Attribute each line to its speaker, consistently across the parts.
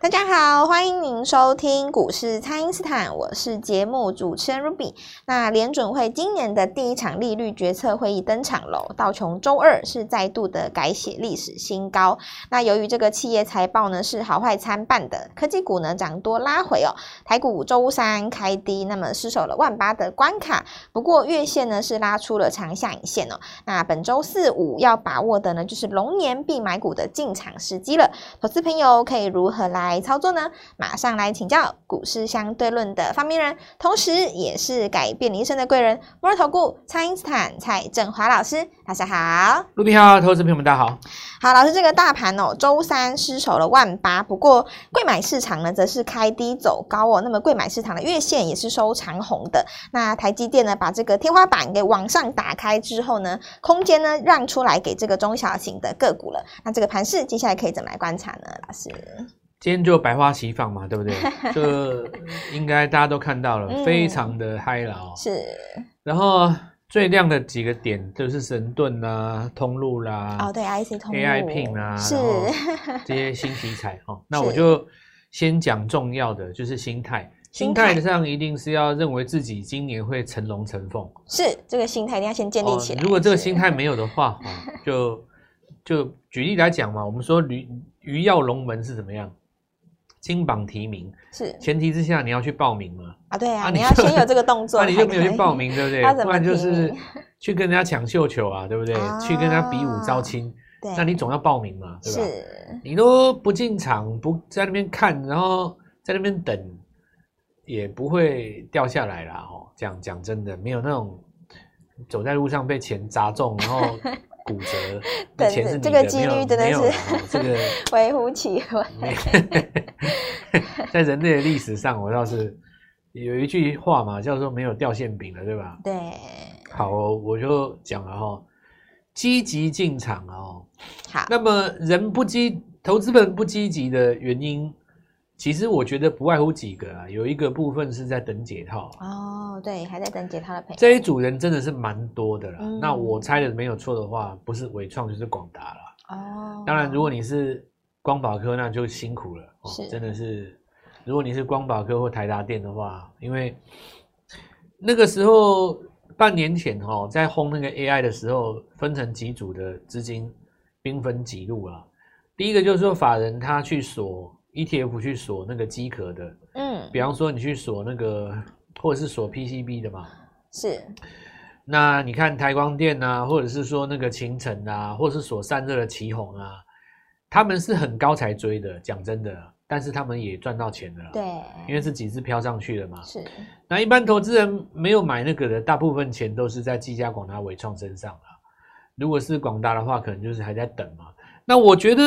Speaker 1: 大家好，欢迎您收听股市蔡因斯坦，我是节目主持人 Ruby。那联准会今年的第一场利率决策会议登场喽，道琼周二是再度的改写历史新高。那由于这个企业财报呢是好坏参半的，科技股呢涨多拉回哦，台股周三开低，那么失守了万八的关卡，不过月线呢是拉出了长下影线哦。那本周四五要把握的呢就是龙年必买股的进场时机了。投资朋友可以如何来操作呢？马上来请教股市相对论的发明人，同时也是改变你一生的贵人——摩尔投顾蔡因斯坦蔡振华老师，大家好。
Speaker 2: 陆平好，投资朋友们大家好。
Speaker 1: 好，老师，这个大盘哦，周三失守了万八，不过贵买市场呢，则是开低走高哦。那么贵买市场的月线也是收长红的。那台积电呢，把这个天花板给往上打开之后呢，空间呢让出来给这个中小型的个股了。那这个盘势接下来可以怎么来观察呢？老师，
Speaker 2: 今天就百花齐放嘛，对 不对？这应该大家都看到了，
Speaker 1: 嗯
Speaker 2: 非常的嗨了哦。
Speaker 1: 是
Speaker 2: 然后最亮的几个点就是神盾啦、通路啦、
Speaker 1: 哦，对，IC 通路
Speaker 2: AI 啊 Pin 啊，
Speaker 1: 是
Speaker 2: 然后 这些新题材哦。那我
Speaker 1: 是
Speaker 2: 就先讲重要的，就是心态。
Speaker 1: 心
Speaker 2: 心
Speaker 1: 态
Speaker 2: 态上一定是要认为自己今年会成龙成凤，
Speaker 1: 是，这个心态一定要先建立起来。
Speaker 2: 哦如果这个
Speaker 1: 是
Speaker 2: 心态没有的 话，哦、就就举例来讲嘛，我们说鱼鱼跃龙门是怎么样？金榜题名，
Speaker 1: 是
Speaker 2: 前提之下你要去报名嘛，
Speaker 1: 啊，对啊，
Speaker 2: 啊
Speaker 1: 你
Speaker 2: 你
Speaker 1: 要
Speaker 2: 就
Speaker 1: 先有这个 动作
Speaker 2: 那
Speaker 1: 才可
Speaker 2: 你
Speaker 1: 以，
Speaker 2: 就没有去报名，对 不
Speaker 1: 他
Speaker 2: 对？
Speaker 1: 怎么
Speaker 2: 不然就
Speaker 1: 提
Speaker 2: 是
Speaker 1: 名
Speaker 2: 去跟人家抢绣球啊，对不对？
Speaker 1: 啊
Speaker 2: 去跟人家比武招亲，
Speaker 1: 对，
Speaker 2: 那你总要报名嘛，对吧？
Speaker 1: 是
Speaker 2: 你都不进场，不在那边看，然后在那边等，也不会掉下来啦。哦，讲讲真的，没有那种走在路上被钱砸中，然后骨折，
Speaker 1: 对
Speaker 2: 那钱是你
Speaker 1: 这
Speaker 2: 的，
Speaker 1: 个几
Speaker 2: 没有
Speaker 1: 率真的
Speaker 2: 没有啦
Speaker 1: 是
Speaker 2: 哦这个
Speaker 1: 微乎其微。
Speaker 2: 没，在人类的历史上，我倒是有一句话嘛，叫做没有掉馅饼了，对吧？
Speaker 1: 对，
Speaker 2: 好哦、我就讲了哈、哦，积极进场哦。
Speaker 1: 好，
Speaker 2: 那么人不积，投资人不积极的原因，其实我觉得不外乎几个啊，有一个部分是在等解套啊、
Speaker 1: 哦，对，还在等解他的朋友，
Speaker 2: 这一组人真的是蛮多的啦。
Speaker 1: 嗯
Speaker 2: 那我猜的没有错的话，不是伟创就是广达啦。
Speaker 1: 哦，
Speaker 2: 当然，如果你是光宝科，那就辛苦了，哦
Speaker 1: 是、
Speaker 2: 真的是。如果你是光宝科或台达电的话，因为那个时候半年前哦，在轰那个 AI 的时候，分成几组的资金兵分几路啊。第一个就是说法人他去锁 ETF 去锁那个机壳的，
Speaker 1: 嗯，
Speaker 2: 比方说你去锁那个或者是锁 PCB 的嘛。
Speaker 1: 是
Speaker 2: 那你看台光电啊，或者是说那个秦城啊，或是所散热的旗宏啊，他们是很高才追的，讲真的，但是他们也赚到钱的啦。
Speaker 1: 对，，
Speaker 2: 因为是几只飘上去的嘛。
Speaker 1: 是
Speaker 2: 那一般投资人没有买那个的，大部分钱都是在技嘉、广达、伟创身上啦。如果是广达的话，可能就是还在等嘛。那我觉得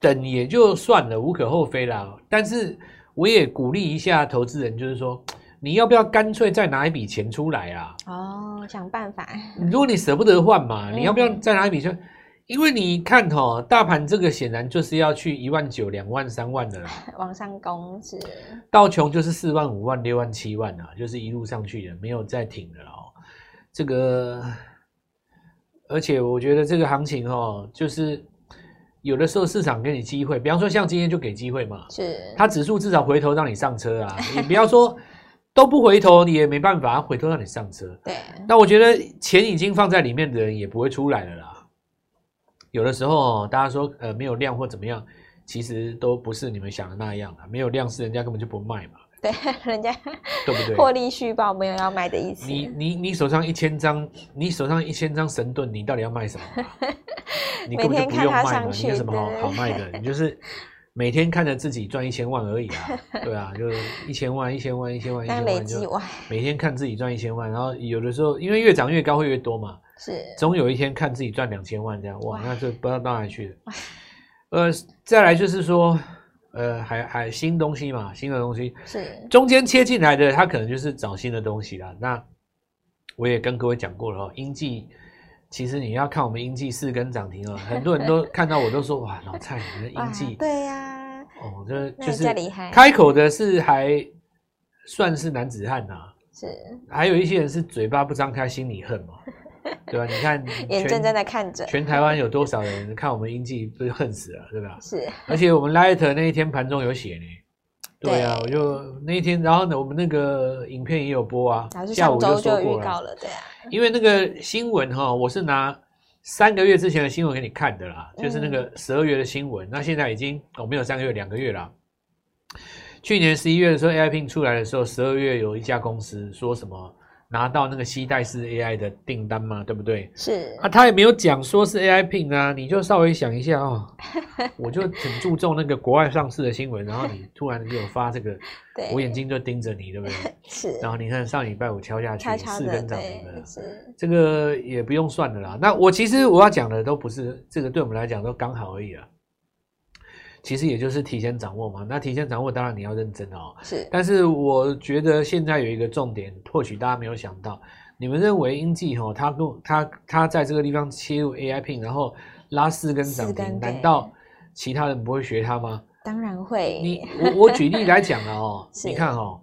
Speaker 2: 等也就算了，无可厚非啦。但是我也鼓励一下投资人，就是说，你要不要干脆再拿一笔钱出来啊？
Speaker 1: 哦，想办法，
Speaker 2: 如果你舍不得换嘛，
Speaker 1: 嗯
Speaker 2: 你要不要再拿一笔去？因为你看哈、大盘这个显然就是要去一万九、两万、三万的啦，
Speaker 1: 往上攻是
Speaker 2: 到穷就是四万、五万、六万、七万啊，就是一路上去的，没有再停的了哦。这个，而且我觉得这个行情哦，就是有的时候市场给你机会，比方说像今天就给机会嘛，
Speaker 1: 是，
Speaker 2: 它指数至少回头让你上车啊，你不要说都不回头也没办法，回头让你上车。
Speaker 1: 对，
Speaker 2: 那我觉得钱已经放在里面的人也不会出来了啦。有的时候、哦、大家说呃没有量或怎么样，其实都不是你们想的那样啊。没有量是人家根本就不卖嘛，
Speaker 1: 对，人家
Speaker 2: 对不
Speaker 1: 获
Speaker 2: 对？
Speaker 1: 利续报没有要卖的意思，
Speaker 2: 你你你手上一千张，你手上一千张神盾，你到底要卖什么啊、你根本就不
Speaker 1: 每天
Speaker 2: 用
Speaker 1: 看它
Speaker 2: 卖嘛，
Speaker 1: 上去
Speaker 2: 你有什么好
Speaker 1: 对
Speaker 2: 好卖的？你就是每天看着自己赚一千万而已啊，对啊，就一千万一千万一千万一
Speaker 1: 但
Speaker 2: 千
Speaker 1: 累
Speaker 2: 万，
Speaker 1: 积
Speaker 2: 就
Speaker 1: 哇，
Speaker 2: 每天看自己赚一千万，然后有的时候因为越涨越高会越多嘛，
Speaker 1: 是
Speaker 2: 总有一天看自己赚两千万这样，哇，
Speaker 1: 哇
Speaker 2: 那就不知道到哪里去了。呃，再来就是说，呃，还还新东西嘛，新的东西，
Speaker 1: 是，
Speaker 2: 中间切进来的，它可能就是找新的东西啦。那我也跟各位讲过了哦，英记其实你要看我们英记四根涨停啊，很多 人都看到我都说哇，老蔡你的
Speaker 1: 哇
Speaker 2: 英记
Speaker 1: 对呀，
Speaker 2: 哦，这
Speaker 1: 那比
Speaker 2: 就是
Speaker 1: 较厉害，
Speaker 2: 开口的是还算是男子汉呐、
Speaker 1: 是
Speaker 2: 还有一些人是嘴巴不张开，心里恨嘛。哦对吧？你看
Speaker 1: 眼睁睁的看着，
Speaker 2: 全台湾有多少人看我们英记不是恨死了，对吧？
Speaker 1: 是
Speaker 2: 而且我们 Light 那一天盘中有写呢。对啊，我
Speaker 1: 对
Speaker 2: 就那一天，然后呢，我们那个影片也有播啊
Speaker 1: 老，师
Speaker 2: 下
Speaker 1: 上
Speaker 2: 午
Speaker 1: 周
Speaker 2: 说
Speaker 1: 就
Speaker 2: 过
Speaker 1: 预
Speaker 2: 了
Speaker 1: 告。了，对啊，
Speaker 2: 因为那个新闻哈、我是拿三个月之前的新闻给你看的啦，
Speaker 1: 嗯
Speaker 2: 就是那个十二月的新闻。那现在已经我、哦、没有三个月，两个月啦。去年十一月的时候，AI Pin 出来的时候，十二月有一家公司说什么拿到那个西带式 AI 的订单嘛，对不对？
Speaker 1: 是
Speaker 2: 啊，他也没有讲说是 AI Pin 啊，你就稍微想一下哦。我就很注重那个国外上市的新闻，然后你突然给我发这个，
Speaker 1: 对，
Speaker 2: 我眼睛就盯着你，对不对？
Speaker 1: 是
Speaker 2: 然后你看上礼拜我敲下去
Speaker 1: 悄悄
Speaker 2: 四
Speaker 1: 的，
Speaker 2: 根涨停了
Speaker 1: 对，。是
Speaker 2: 这个也不用算了啦。那我其实我要讲的都不是这个，对我们来讲都刚好而已啊。其实也就是提前掌握嘛。那提前掌握，当然你要认真哦。
Speaker 1: 是
Speaker 2: 但是我觉得现在有一个重点，或许大家没有想到，你们认为英记哈，它跟它它在这个地方切入 AI pin，然后拉四根涨
Speaker 1: 四根
Speaker 2: 停，
Speaker 1: 对
Speaker 2: 难道其他人不会学它吗？
Speaker 1: 当然会，
Speaker 2: 你我我举例来讲
Speaker 1: ，
Speaker 2: 了哦
Speaker 1: 是
Speaker 2: 你看哦，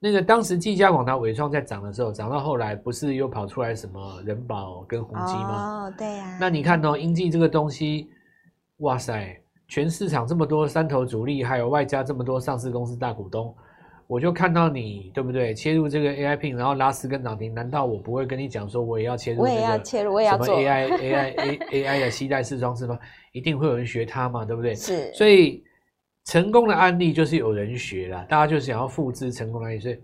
Speaker 2: 那个当时技嘉、广达、伟创在涨的时候，涨到后来不是又跑出来什么人保跟宏基吗？
Speaker 1: 哦，对呀，
Speaker 2: 那你看哦，英记这个东西，哇塞，全市场这么多三头主力，还有外加这么多上市公司大股东，我就看到你对不对？切入这个 AI pin，然后拉四根涨停，难道我不会跟你讲说我也要切入
Speaker 1: 我
Speaker 2: 这
Speaker 1: 也要
Speaker 2: 个？
Speaker 1: 切入，我也
Speaker 2: 什
Speaker 1: 要
Speaker 2: 么
Speaker 1: 做，
Speaker 2: AI AI A AI 的期待式装置吗？一定会有人学它嘛，对不对？
Speaker 1: 是，
Speaker 2: 所以成功的案例就是有人学啦，大家就是想要复制成功的案例，所以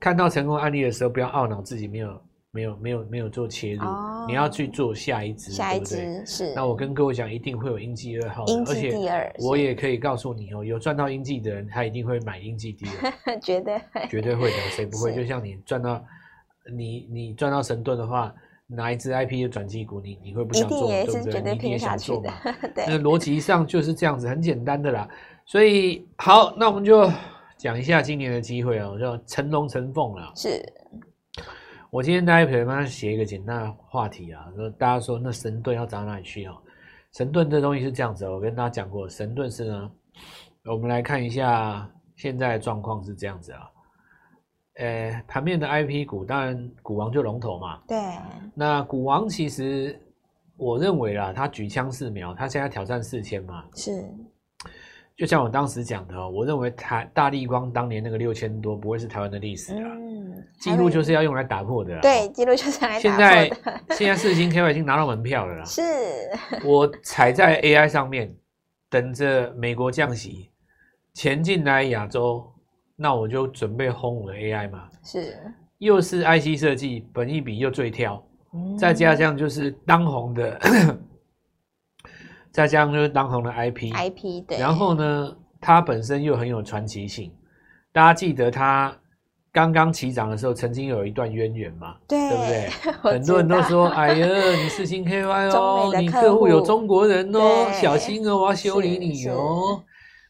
Speaker 2: 看到成功的案例的时候，不要懊恼自己没有没有没有没有做切入，
Speaker 1: 哦
Speaker 2: 你要去做下一支，
Speaker 1: 下一
Speaker 2: 对不对？
Speaker 1: 支是
Speaker 2: 那我跟各位讲，一定会有应记二号的，
Speaker 1: 英
Speaker 2: 而
Speaker 1: 记第
Speaker 2: 且
Speaker 1: 二，
Speaker 2: 我也可以告诉你哦，有赚到应记的人，他一定会买应记第 二，
Speaker 1: 是觉得
Speaker 2: 绝对会的，谁不会？
Speaker 1: 是
Speaker 2: 就像你赚到你你赚到神盾的话，拿一支 IP 的转基股，你你会 不
Speaker 1: 一
Speaker 2: 想
Speaker 1: 定
Speaker 2: 做，对
Speaker 1: 也
Speaker 2: 不
Speaker 1: 是绝
Speaker 2: 对？你
Speaker 1: 对
Speaker 2: 一定
Speaker 1: 拼
Speaker 2: 也想
Speaker 1: 下去
Speaker 2: 做嘛。
Speaker 1: 的，
Speaker 2: 那
Speaker 1: 对，
Speaker 2: 逻辑上就是这样子，很简单的啦。所以好，那我们就讲一下今年的机会哦，叫成龙成凤啦。
Speaker 1: 是
Speaker 2: 我今天大家陪帮他写一个简单的话题啊，说大家说那神盾要涨到哪里去哦？神盾这东西是这样子哦，我跟大家讲过，神盾是呢，我们来看一下现在的状况是这样子啊。呃，盘面的 IP 股，当然股王就龙头嘛，
Speaker 1: 对，
Speaker 2: 那股王其实我认为啦，他举枪四苗，他现在挑战四千嘛，
Speaker 1: 是
Speaker 2: 就像我当时讲的哦，我认为台大立光当年那个六千多不会是台湾的历史啊，
Speaker 1: 嗯，
Speaker 2: 记
Speaker 1: 还
Speaker 2: 录
Speaker 1: 会
Speaker 2: 就是要用来打破的啦。
Speaker 1: 对，，记录就是来
Speaker 2: 现
Speaker 1: 打
Speaker 2: 在啊
Speaker 1: 破的，，
Speaker 2: 现在四星 KY 已经拿到门票了啦
Speaker 1: 是
Speaker 2: 我踩在 AI 上面，等着美国降息，钱进来亚洲，那我就准备轰我的 AI 嘛。
Speaker 1: 是，
Speaker 2: 又是 IC 设计，本益比又最挑，
Speaker 1: 嗯
Speaker 2: 再加上就是当红的， 再加上就是当红的 IP，
Speaker 1: IP 对，
Speaker 2: 然后呢，它本身又很有传奇性。大家记得它刚刚起涨的时候，曾经有一段渊源嘛，
Speaker 1: 对
Speaker 2: 对不对？
Speaker 1: 我
Speaker 2: 很多人
Speaker 1: 知道
Speaker 2: 都说：“哎呀，你四星 KY
Speaker 1: 中
Speaker 2: 哦
Speaker 1: 美，的
Speaker 2: 你
Speaker 1: 客
Speaker 2: 客户有
Speaker 1: 户
Speaker 2: 中国人哦，
Speaker 1: 对
Speaker 2: 小心哦，我要修理
Speaker 1: 是
Speaker 2: 你
Speaker 1: 是
Speaker 2: 哦。”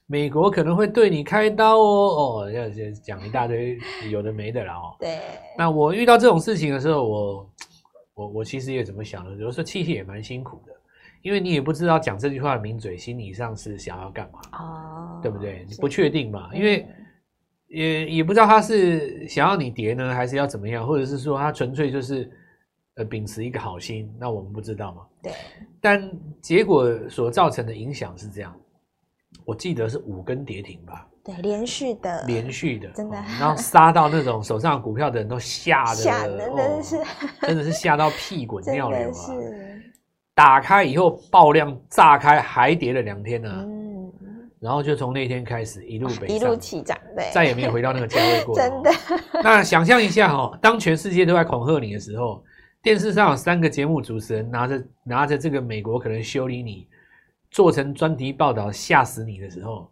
Speaker 2: 美国可能会对你开刀哦，哦，要要讲一大堆有的没的啦哦。
Speaker 1: 对，
Speaker 2: 那我遇到这种事情的时候，我我我其实也怎么想的，有时候其实也蛮辛苦的，因为你也不知道讲这句话的名嘴心理上是想要干嘛，
Speaker 1: 哦，
Speaker 2: 对不对？你
Speaker 1: 是
Speaker 2: 不确定嘛，因为
Speaker 1: 嗯
Speaker 2: 也也不知道他是想要你跌呢，还是要怎么样，或者是说他纯粹就是呃秉持一个好心，那我们不知道嘛。
Speaker 1: 对，
Speaker 2: 但结果所造成的影响是这样，我记得是五根跌停吧，
Speaker 1: 对连续的
Speaker 2: 连续的，
Speaker 1: 真的
Speaker 2: 哦然后杀到那种手上有股票的人都吓得，
Speaker 1: 吓得真
Speaker 2: 哦
Speaker 1: 的是
Speaker 2: 真的是吓到屁 滚
Speaker 1: 真
Speaker 2: 尿流
Speaker 1: 的
Speaker 2: 啊！
Speaker 1: 是，
Speaker 2: 打开以后爆量炸开，还跌了两天呢、
Speaker 1: 嗯，哦
Speaker 2: 然后就从那天开始一路北
Speaker 1: 一
Speaker 2: 上，
Speaker 1: 路起涨，对，
Speaker 2: 再也没有回到那 个价位过了哦、
Speaker 1: 真的
Speaker 2: 那想象一下哦，当全世界都在恐吓你的时候，电视上有三个节目主持人拿着拿着这个美国可能修理你，做成专题报道吓死你的时候，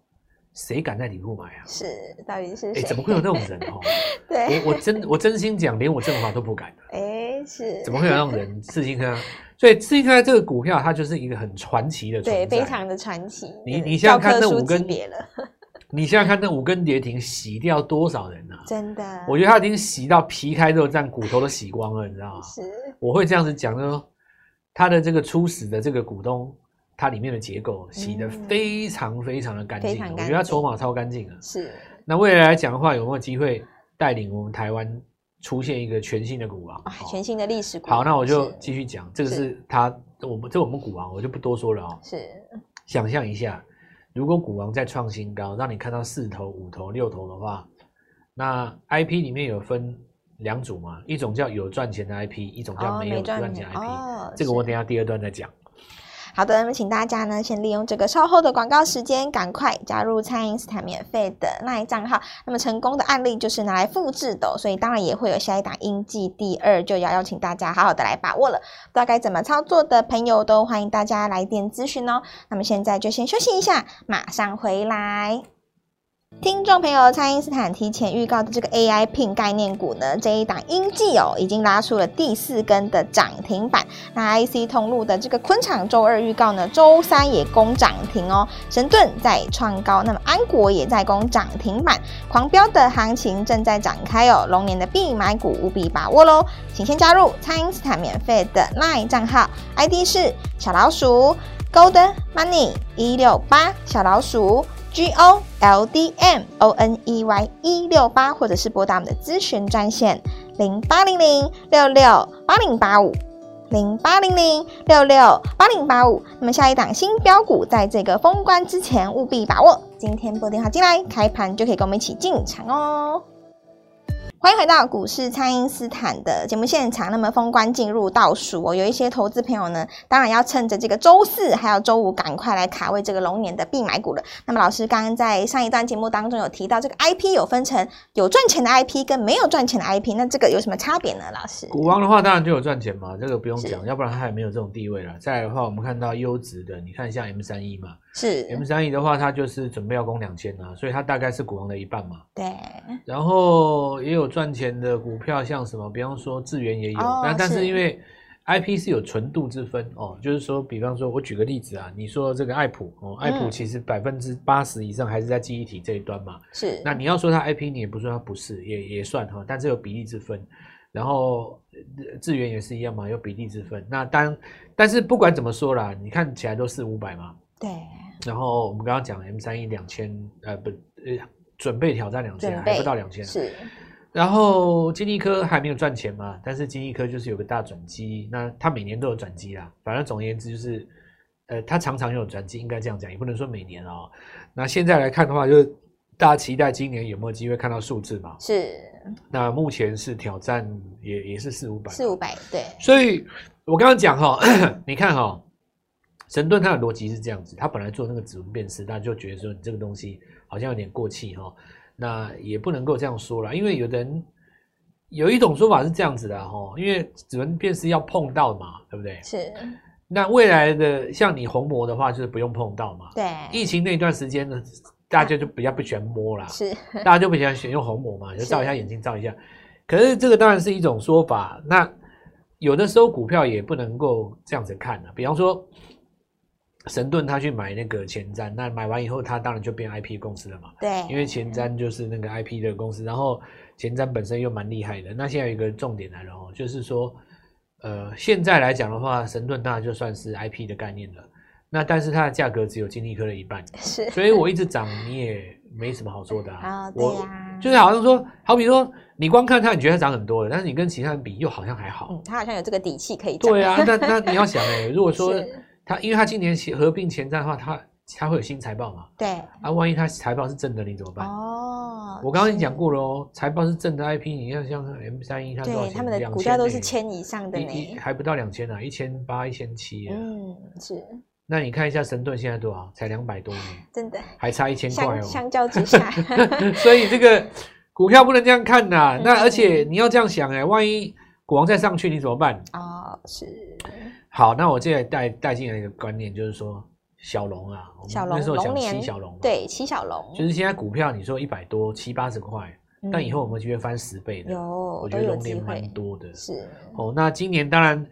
Speaker 2: 谁敢在底部买啊？
Speaker 1: 是，到底是
Speaker 2: 哎，
Speaker 1: 谁？
Speaker 2: 怎么会有那种人哦？
Speaker 1: 对，
Speaker 2: 我我真我真心讲，连我振华都不敢。
Speaker 1: 哎，是
Speaker 2: 怎么会有那种人？四星科，所以四星科这个股票，它就是一个很传奇的存在。
Speaker 1: 对，非。常的传奇。对
Speaker 2: 你你想想看
Speaker 1: 教科
Speaker 2: 那五
Speaker 1: 书
Speaker 2: 根
Speaker 1: 级别了，
Speaker 2: 你想想看，那五根跌停洗掉多少人啊？
Speaker 1: 真的，
Speaker 2: 我觉得他已经洗到皮开肉绽，骨头都洗光了，你知道吗？
Speaker 1: 是
Speaker 2: 我会这样子讲就是说，他的这个初始的这个股东，它里面的结构洗得
Speaker 1: 嗯
Speaker 2: 非常非常的干净
Speaker 1: 非常
Speaker 2: 啊，
Speaker 1: 干
Speaker 2: 我
Speaker 1: 净
Speaker 2: 觉得他筹码超干净啊。
Speaker 1: 是，
Speaker 2: 那未来来讲的话，有没有机会带领我们台湾出现一个全新的股王。
Speaker 1: 啊
Speaker 2: 哦，
Speaker 1: 全新的历史股。
Speaker 2: 好，那我就是继续讲，这个
Speaker 1: 是
Speaker 2: 是它我们这我们股王，我就不多说了哦。
Speaker 1: 是
Speaker 2: 想象一下，如果股王再创新高，让你看到四头、五头、六头的话，那 IP 里面有分两组嘛，一种叫有赚钱的 IP，一种叫
Speaker 1: 哦
Speaker 2: 没有
Speaker 1: 没赚
Speaker 2: 赚钱
Speaker 1: 钱
Speaker 2: IP。
Speaker 1: 哦
Speaker 2: 这个我
Speaker 1: 是
Speaker 2: 等一下第二段再讲。
Speaker 1: 好的，那么请大家呢，先利用这个稍后的广告时间，赶快加入蔡因斯坦免费的那一账号。那么成功的案例就是拿来复制的哦、所以当然也会有下一档应季第二，就要邀请大家好好的来把握了。不知道该怎么操作的朋友，都欢迎大家来电咨询哦。那么现在就先休息一下，马上回来。听众朋友，蔡因斯坦提前预告的这个 AI PIN 概念股呢，这一档应季哦，已经拉出了第四根的涨停板。那 IC 通路的这个昆厂周二预告呢，周三也攻涨停哦，神盾在创高，那么安国也在攻涨停板，狂飙的行情正在展开哦，龙年的必买股务必把握喽，请先加入蔡因斯坦免费的 LINE 账号，ID 是小老鼠 Gold Money 一六八小老鼠。G O L D M O N E Y 一六八，或者是拨打我们的咨询专线零八零零六六八零八五零八零零六六八零八五。那么下一档新标股，在这个封关之前务必把握。今天拨电话进来，开盘就可以跟我们一起进场哦。欢迎回到股市，蔡因斯坦的节目现场。那么封关进入倒数哦，有一些投资朋友呢，当然要趁着这个周四还有周五，赶快来卡位这个龙年的必买股了。那么老师刚刚在上一段节目当中有提到，这个 IP 有分成有赚钱的 IP 跟没有赚钱的 IP，那这个有什么差别呢？老师，
Speaker 2: 股王的话，当然就有赚钱嘛，这个不用
Speaker 1: 是
Speaker 2: 讲，要不然它也没有这种地位了。再来的话，我们看到优质的，你看像 M 三一嘛
Speaker 1: 是
Speaker 2: ，M 三一的话，它就是准备要攻两千啊，所以它大概是股王的一半嘛。
Speaker 1: 对，
Speaker 2: 然后也有赚钱的股票，像什么，比方说智源也有，
Speaker 1: 哦
Speaker 2: 那但
Speaker 1: 是
Speaker 2: 是因为 IP 是有纯度之分哦，就是说，比方说我举个例子啊，你说这个爱普哦，爱普
Speaker 1: 嗯
Speaker 2: 其实百分之八十以上还是在记忆体这一端嘛，
Speaker 1: 是
Speaker 2: 那你要说它 IP，你也不说它不是，也也算哈，但是有比例之分。然后呃智源也是一样嘛，有比例之分。那当但是不管怎么说啦，你看起来都四五百嘛。
Speaker 1: 对，
Speaker 2: 然后我们刚刚讲 M 三一两千，呃不呃准备挑战两千，啊
Speaker 1: 准
Speaker 2: 还
Speaker 1: 备
Speaker 2: 不到两千。
Speaker 1: 是
Speaker 2: 然后金立科还没有赚钱嘛，但是金立科就是有个大转机，那它每年都有转机啦。反正总而言之就是，呃，它常常有转机，应该这样讲，也不能说每年哦。那现在来看的话，就是大家期待今年有没有机会看到数字嘛？
Speaker 1: 是
Speaker 2: 那目前是挑战也也是四五百，
Speaker 1: 四五百，对，
Speaker 2: 所以我刚刚讲哈、 你看哈、神盾它的逻辑是这样子，它本来做那个指纹辨识，大家就觉得说你这个东西好像有点过气哈、那也不能够这样说啦，因为有的人有一种说法是这样子的啊哈、因为指纹辨识要碰到嘛，对不对？
Speaker 1: 是
Speaker 2: 那未来的像你虹膜的话，就是不用碰到嘛。
Speaker 1: 对，
Speaker 2: 疫情那段时间呢，大家就比较不喜欢摸啦，
Speaker 1: 是
Speaker 2: 大家就比较喜欢用虹膜嘛，就是照一下眼睛照一下。可是这个当然是一种说法，那有的时候股票也不能够这样子看啊。比方说，神盾他去买那个前瞻，那买完以后，他当然就变 IP 公司了嘛，
Speaker 1: 对，
Speaker 2: 因为前瞻就是那个 IP 的公司，然后前瞻本身又蛮厉害的。那现在有一个重点来了哦，就是说，呃，现在来讲的话，神盾当然就算是 IP 的概念了，那但是它的价格只有金立科的一半，
Speaker 1: 是
Speaker 2: 所以我一直涨，你也没什么好做的 啊。
Speaker 1: 啊，对
Speaker 2: 我
Speaker 1: 呀，
Speaker 2: 就是好像说，好比说你光看它，你觉得它涨很多了，但是你跟其他人比又好像还好。
Speaker 1: 嗯，他好像有这个底气可以讲，
Speaker 2: 对啊，那那你要想哎、如果说
Speaker 1: 是
Speaker 2: 它，因为它今年合并前瞻的话，它它会有新财报嘛？
Speaker 1: 对，
Speaker 2: 啊，万一它财报是正的，你怎么办？
Speaker 1: 哦，
Speaker 2: 我刚刚已
Speaker 1: 是
Speaker 2: 经讲，过了哦，财报是正的 IP，你看像 M 三一，它多少
Speaker 1: 嗯对，
Speaker 2: 钱？
Speaker 1: 他们的股
Speaker 2: 2000
Speaker 1: 价都
Speaker 2: 呢
Speaker 1: 是千以上的
Speaker 2: 一一
Speaker 1: 呢，
Speaker 2: 还不到两千啊，一千八、一千七啊。
Speaker 1: 嗯，是
Speaker 2: 那你看一下神盾现在多少？才两百多呢，
Speaker 1: 真的，
Speaker 2: 还差一千块
Speaker 1: 相
Speaker 2: 哦。
Speaker 1: 相较之 下，
Speaker 2: 所以这个股票不能这样看呐、
Speaker 1: 嗯
Speaker 2: 那而且你要这样想哎、万一股王再上去，你怎么办？
Speaker 1: 哦，是
Speaker 2: 好，那我接下来带带进来一个观念，就是说小龙啊，我们
Speaker 1: 小
Speaker 2: 那
Speaker 1: 龙
Speaker 2: 时候
Speaker 1: 龙
Speaker 2: 讲
Speaker 1: 年
Speaker 2: 七小龙，，
Speaker 1: 对，七小龙，
Speaker 2: 就是现在股票你说一百多七八十块，
Speaker 1: 嗯
Speaker 2: 但以后我们就会翻十倍的，
Speaker 1: 有
Speaker 2: 我觉
Speaker 1: 都
Speaker 2: 得
Speaker 1: 有
Speaker 2: 龙
Speaker 1: 机
Speaker 2: 年蛮
Speaker 1: 会，
Speaker 2: 多的。
Speaker 1: 是
Speaker 2: 哦，那今年当然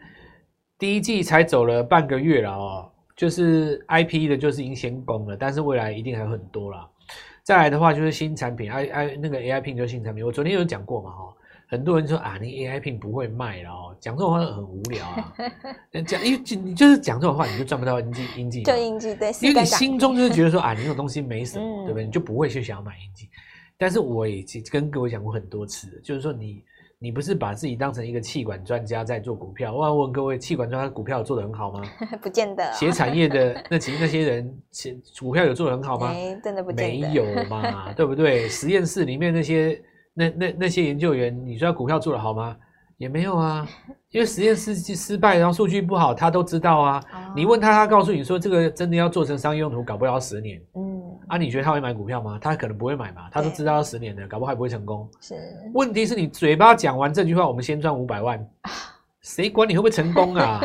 Speaker 2: 第一季才走了半个月了哦，就是 IP 的，就是已经先攻了，但是未来一定还有很多啦。再来的话就是新产品，i i 那个 AI pin 就是新产品，我昨天有讲过嘛哈、哦，很多人说啊，你 AI pin 不会卖了哦，讲这种话很无聊啊，讲因为就你就是讲这种话你就赚不到经济经济嘛，
Speaker 1: 就应季对，四
Speaker 2: 因为
Speaker 1: 根
Speaker 2: 你
Speaker 1: 涨
Speaker 2: 心中就是觉得说啊，你这种东西没什么，
Speaker 1: 嗯
Speaker 2: 对不对？你就不会去想要买阴茎。但是我已经跟各位讲过很多次了，就是说你你不是把自己当成一个气管专家在做股票？我想问各位，气管专家股票有做得很好 吗？
Speaker 1: 不见得、哦
Speaker 2: 写产业的那其实那些人，写股票有做得很好
Speaker 1: 哦，
Speaker 2: 吗？
Speaker 1: 哎，真的不见
Speaker 2: 没
Speaker 1: 得，
Speaker 2: 有 嘛，对不对？实验室里面那些那那那些研究员，你说他股票做得好吗？也没有啊，因为实验室失败，然后数据不好，他都知道啊。
Speaker 1: 哦
Speaker 2: 你问他，他告诉你说这个真的要做成商业用途，搞不好要十年
Speaker 1: 嗯，
Speaker 2: 啊。你觉得他会买股票吗？他可能不会买嘛，他都知道要十年的，搞不好还不会成功。
Speaker 1: 是
Speaker 2: 问题是你嘴巴讲完这句话，我们先赚五 百万，谁管你会不会成功啊？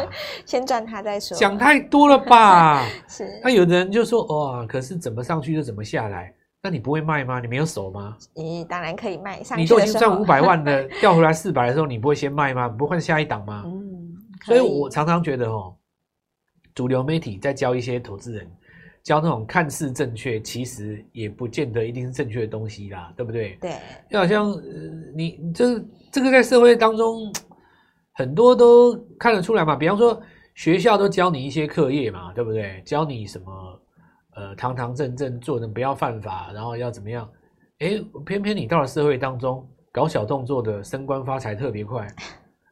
Speaker 1: 先赚他再说，
Speaker 2: 讲太多了吧？
Speaker 1: 是
Speaker 2: 那有的人就说哦，可是怎么上去就怎么下来，那你不会卖吗？你没有手吗？
Speaker 1: 咦，当然可以卖上
Speaker 2: 你
Speaker 1: 去
Speaker 2: 都已
Speaker 1: 的
Speaker 2: 经
Speaker 1: 时
Speaker 2: 赚五
Speaker 1: 候，
Speaker 2: 百万了，掉回来四百的时候，你不会先卖吗？你不会换下一档吗？
Speaker 1: 嗯，
Speaker 2: 所以
Speaker 1: 可
Speaker 2: 我常常觉得哦，主流媒体在教一些投资人，教那种看似正确，其实也不见得一定是正确的东西啦，对不对？
Speaker 1: 对，
Speaker 2: 就好像、呃、你你这这个在社会当中很多都看得出来嘛，比方说学校都教你一些课业嘛，对不对？教你什么呃堂堂正正做人，不要犯法，然后要怎么样？诶，偏偏你到了社会当中，搞小动作的升官发财特别快，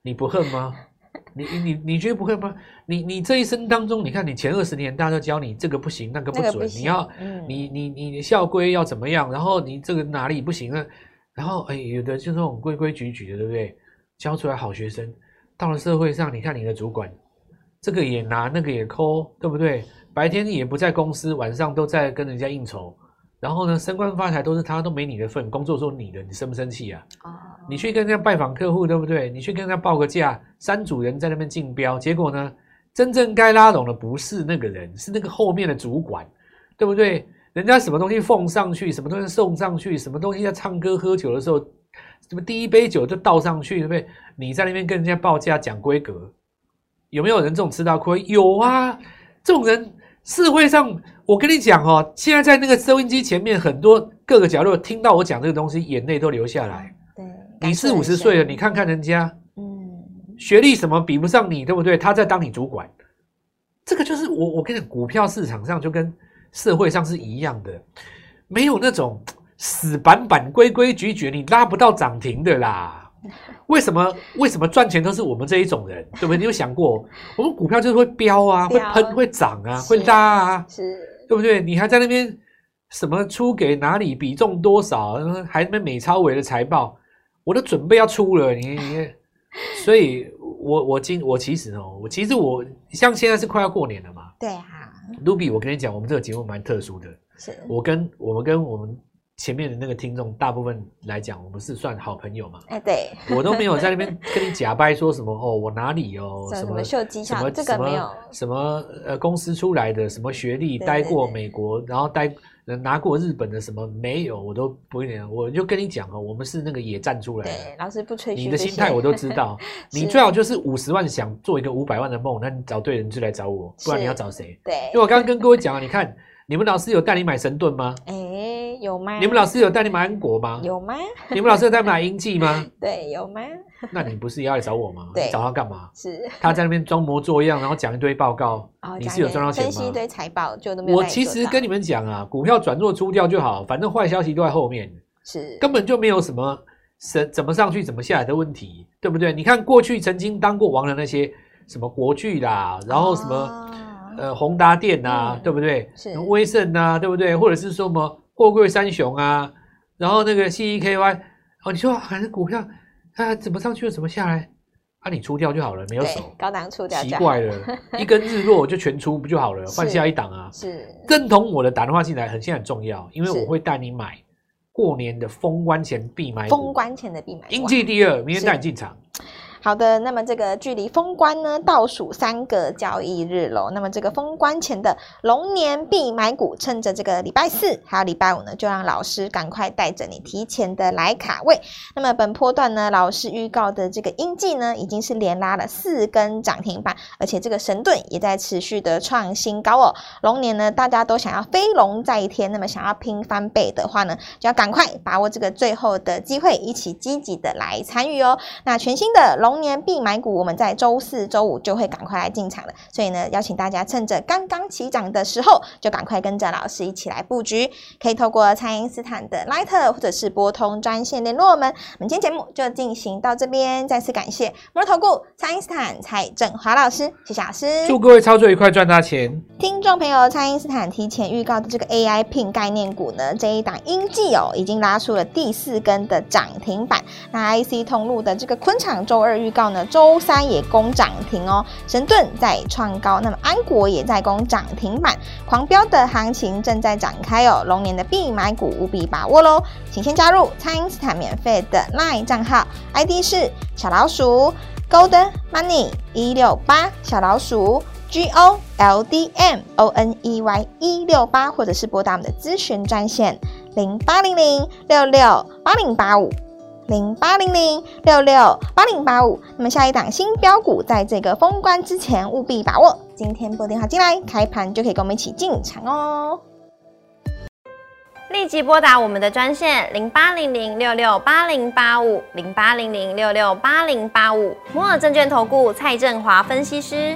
Speaker 2: 你不恨吗？你你你觉得不恨吗？你你这一生当中，你看你前二十年，大家都教你这个不行，那个不
Speaker 1: 那个
Speaker 2: 准，
Speaker 1: 不
Speaker 2: 你
Speaker 1: 行
Speaker 2: 要
Speaker 1: 嗯
Speaker 2: 你你你的校规要怎么样？然后你这个哪里不行啊？然后哎，有的就那种规规矩矩的，对不对？教出来好学生，到了社会上，你看你的主管，这个也拿，那个也抠，对不对？白天也不在公司，晚上都在跟人家应酬，然后呢，升官发财都是他，都没你的份，工作都是你的，你生不生气啊？
Speaker 1: 哦，
Speaker 2: 你去跟人家拜访客户，对不对？你去跟人家报个价，三组人在那边竞标，结果呢，真正该拉拢的不是那个人，是那个后面的主管，对不对？人家什么东西奉上去，什么东西送上去，什么东西在唱歌喝酒的时候，什么第一杯酒就倒上去，对不对？你在那边跟人家报价讲规格，有没有人这种吃到亏？有啊，这种人社会上，我跟你讲哦，现在在那个收音机前面，很多各个角落听到我讲这个东西，眼泪都流下来。
Speaker 1: 对，
Speaker 2: 你
Speaker 1: 感
Speaker 2: 四
Speaker 1: 触
Speaker 2: 五
Speaker 1: 很
Speaker 2: 十岁了，
Speaker 1: 深
Speaker 2: 你看看人家
Speaker 1: 嗯，
Speaker 2: 学历什么比不上你，对不对？他在当你主管，这个就是我我跟你讲，股票市场上就跟社会上是一样的，没有那种死板板、规规矩矩，你拉不到涨停的啦。为什么为什么赚钱都是我们这一种人，对不对？你有想过，我们股票就是会飙啊，会
Speaker 1: 飙
Speaker 2: 喷、会涨啊，
Speaker 1: 是
Speaker 2: 会拉啊，
Speaker 1: 是
Speaker 2: 对不对？你还在那边什么出给哪里比重多少，嗯还那边美超伟的财报，我都准备要出了，你 你，所以我我今我其实哦，我其实我像现在是快要过年了嘛
Speaker 1: 对啊，
Speaker 2: ，Ruby，我跟你讲，我们这个节目蛮特殊的，
Speaker 1: 是
Speaker 2: 我跟我们跟我们前面的那个听众大部分来讲，我们是算好朋友嘛，
Speaker 1: 哎，对，
Speaker 2: 我都没有在那边跟你假掰说什么哦，我哪里哦
Speaker 1: 什
Speaker 2: 什
Speaker 1: 么
Speaker 2: 么
Speaker 1: 秀绩
Speaker 2: 什
Speaker 1: 效，
Speaker 2: 么
Speaker 1: 这
Speaker 2: 什
Speaker 1: 个
Speaker 2: 么
Speaker 1: 没有，
Speaker 2: 什么呃公司出来的，什么学历，
Speaker 1: 对
Speaker 2: 待
Speaker 1: 对
Speaker 2: 过
Speaker 1: 对
Speaker 2: 美国，然后待呃拿过日本的什么没有，我都不跟你讲，我就跟你讲哦，我们是那个野战出来
Speaker 1: 对，
Speaker 2: 的。
Speaker 1: 老师不吹嘘
Speaker 2: 你的
Speaker 1: 这
Speaker 2: 心
Speaker 1: 些
Speaker 2: 态我都知 道，你
Speaker 1: 是
Speaker 2: 最好就是五十万想做一个五百万的梦，那你找对人就来找我，不然你
Speaker 1: 是
Speaker 2: 要找谁？
Speaker 1: 对
Speaker 2: 因为，我刚刚跟各位讲了，啊你看你们老师有带你买神盾吗？
Speaker 1: 哎，有吗？
Speaker 2: 你们老师有带你买安国吗？
Speaker 1: 有吗？
Speaker 2: 你们老师有带你买英记吗？
Speaker 1: 对，有吗？
Speaker 2: 那你不是也要来找我吗？
Speaker 1: 对
Speaker 2: 你找他干嘛？
Speaker 1: 是
Speaker 2: 他在那边装模作样，然后讲一堆报告，
Speaker 1: 哦，
Speaker 2: 你
Speaker 1: 讲
Speaker 2: 是有
Speaker 1: 给
Speaker 2: 赚到钱
Speaker 1: 分析一
Speaker 2: 吗？
Speaker 1: 堆财报就都没有
Speaker 2: 我
Speaker 1: 带你
Speaker 2: 其
Speaker 1: 做
Speaker 2: 实
Speaker 1: 到
Speaker 2: 跟你们讲啊，股票转弱出掉就好，反正坏消息都在后面，
Speaker 1: 是
Speaker 2: 根本就没有什么怎怎么上去怎么下来的问题，对不对？你看过去曾经当过王的那些什么国巨啦，然后什么、
Speaker 1: 么
Speaker 2: 呃宏达电
Speaker 1: 哦
Speaker 2: 啊，
Speaker 1: 嗯
Speaker 2: 对不对？
Speaker 1: 是
Speaker 2: 威盛啊，对不对？或者是说什么货柜三雄啊，然后那个 C E K Y，哦，你说好像股票它怎么上去又怎么下来，啊，你出掉就好了，没有手。
Speaker 1: 对高档出掉
Speaker 2: 奇
Speaker 1: 就好
Speaker 2: 怪了，一根日落我就全出不就好了？换
Speaker 1: 是
Speaker 2: 下一档啊！
Speaker 1: 是
Speaker 2: 认同我的打电话进来很现在很重要，因为
Speaker 1: 是
Speaker 2: 我会带你买过年的封关前必买股
Speaker 1: 封，关前的必买
Speaker 2: 应
Speaker 1: 哇
Speaker 2: 季第二，明天
Speaker 1: 是
Speaker 2: 带你进场。
Speaker 1: 好的，那么这个距离封关呢倒数三个交易日喽。那么这个封关前的龙年必买股，趁着这个礼拜四还有礼拜五呢，就让老师赶快带着你提前的来卡位。那么本波段呢，老师预告的这个英记呢，已经是连拉了四根涨停板，而且这个神盾也在持续的创新高哦。龙年呢，大家都想要飞龙在天，那么想要拼翻倍的话呢，就要赶快把握这个最后的机会，一起积极的来参与哦。那全新的龙。龙年必买股，我们在周四周五就会赶快来进场的，所以呢，邀请大家趁着刚刚起涨的时候，就赶快跟着老师一起来布局，可以透过蔡因斯坦的 Light 或者是拨通专线联络我们。我们今天节目就进行到这边，再次感谢摩投顾蔡因斯坦蔡振华老师，谢谢老师。
Speaker 2: 祝各位操作愉快，赚大钱！
Speaker 1: 听众朋友，蔡因斯坦提前预告的这个 AI PIN 概念股呢，这一档英记哦，已经拉出了第四根的涨停板。那 IC 通路的这个昆厂周二预告呢，周三也攻涨停哦，神盾在创高，那么安国也在攻涨停板，狂飙的行情正在展开哦，龙年的必买股务必把握喽，请先加入蔡因斯坦免费的 LINE 账号，ID 是小老鼠 Golden Money 一六八小老鼠。G O L D M O N E Y 一六八，或者是拨打我们的咨询专线零八零零六六八零八五零八零零六六八零八五。那么下一档新标股，在这个封关之前务必把握。今天拨电话进来，开盘就可以跟我们一起进场哦。
Speaker 3: 立即拨打我们的专线零八零零六六八零八五零八零零六六八零八五摩尔证券投顾蔡振华分析师。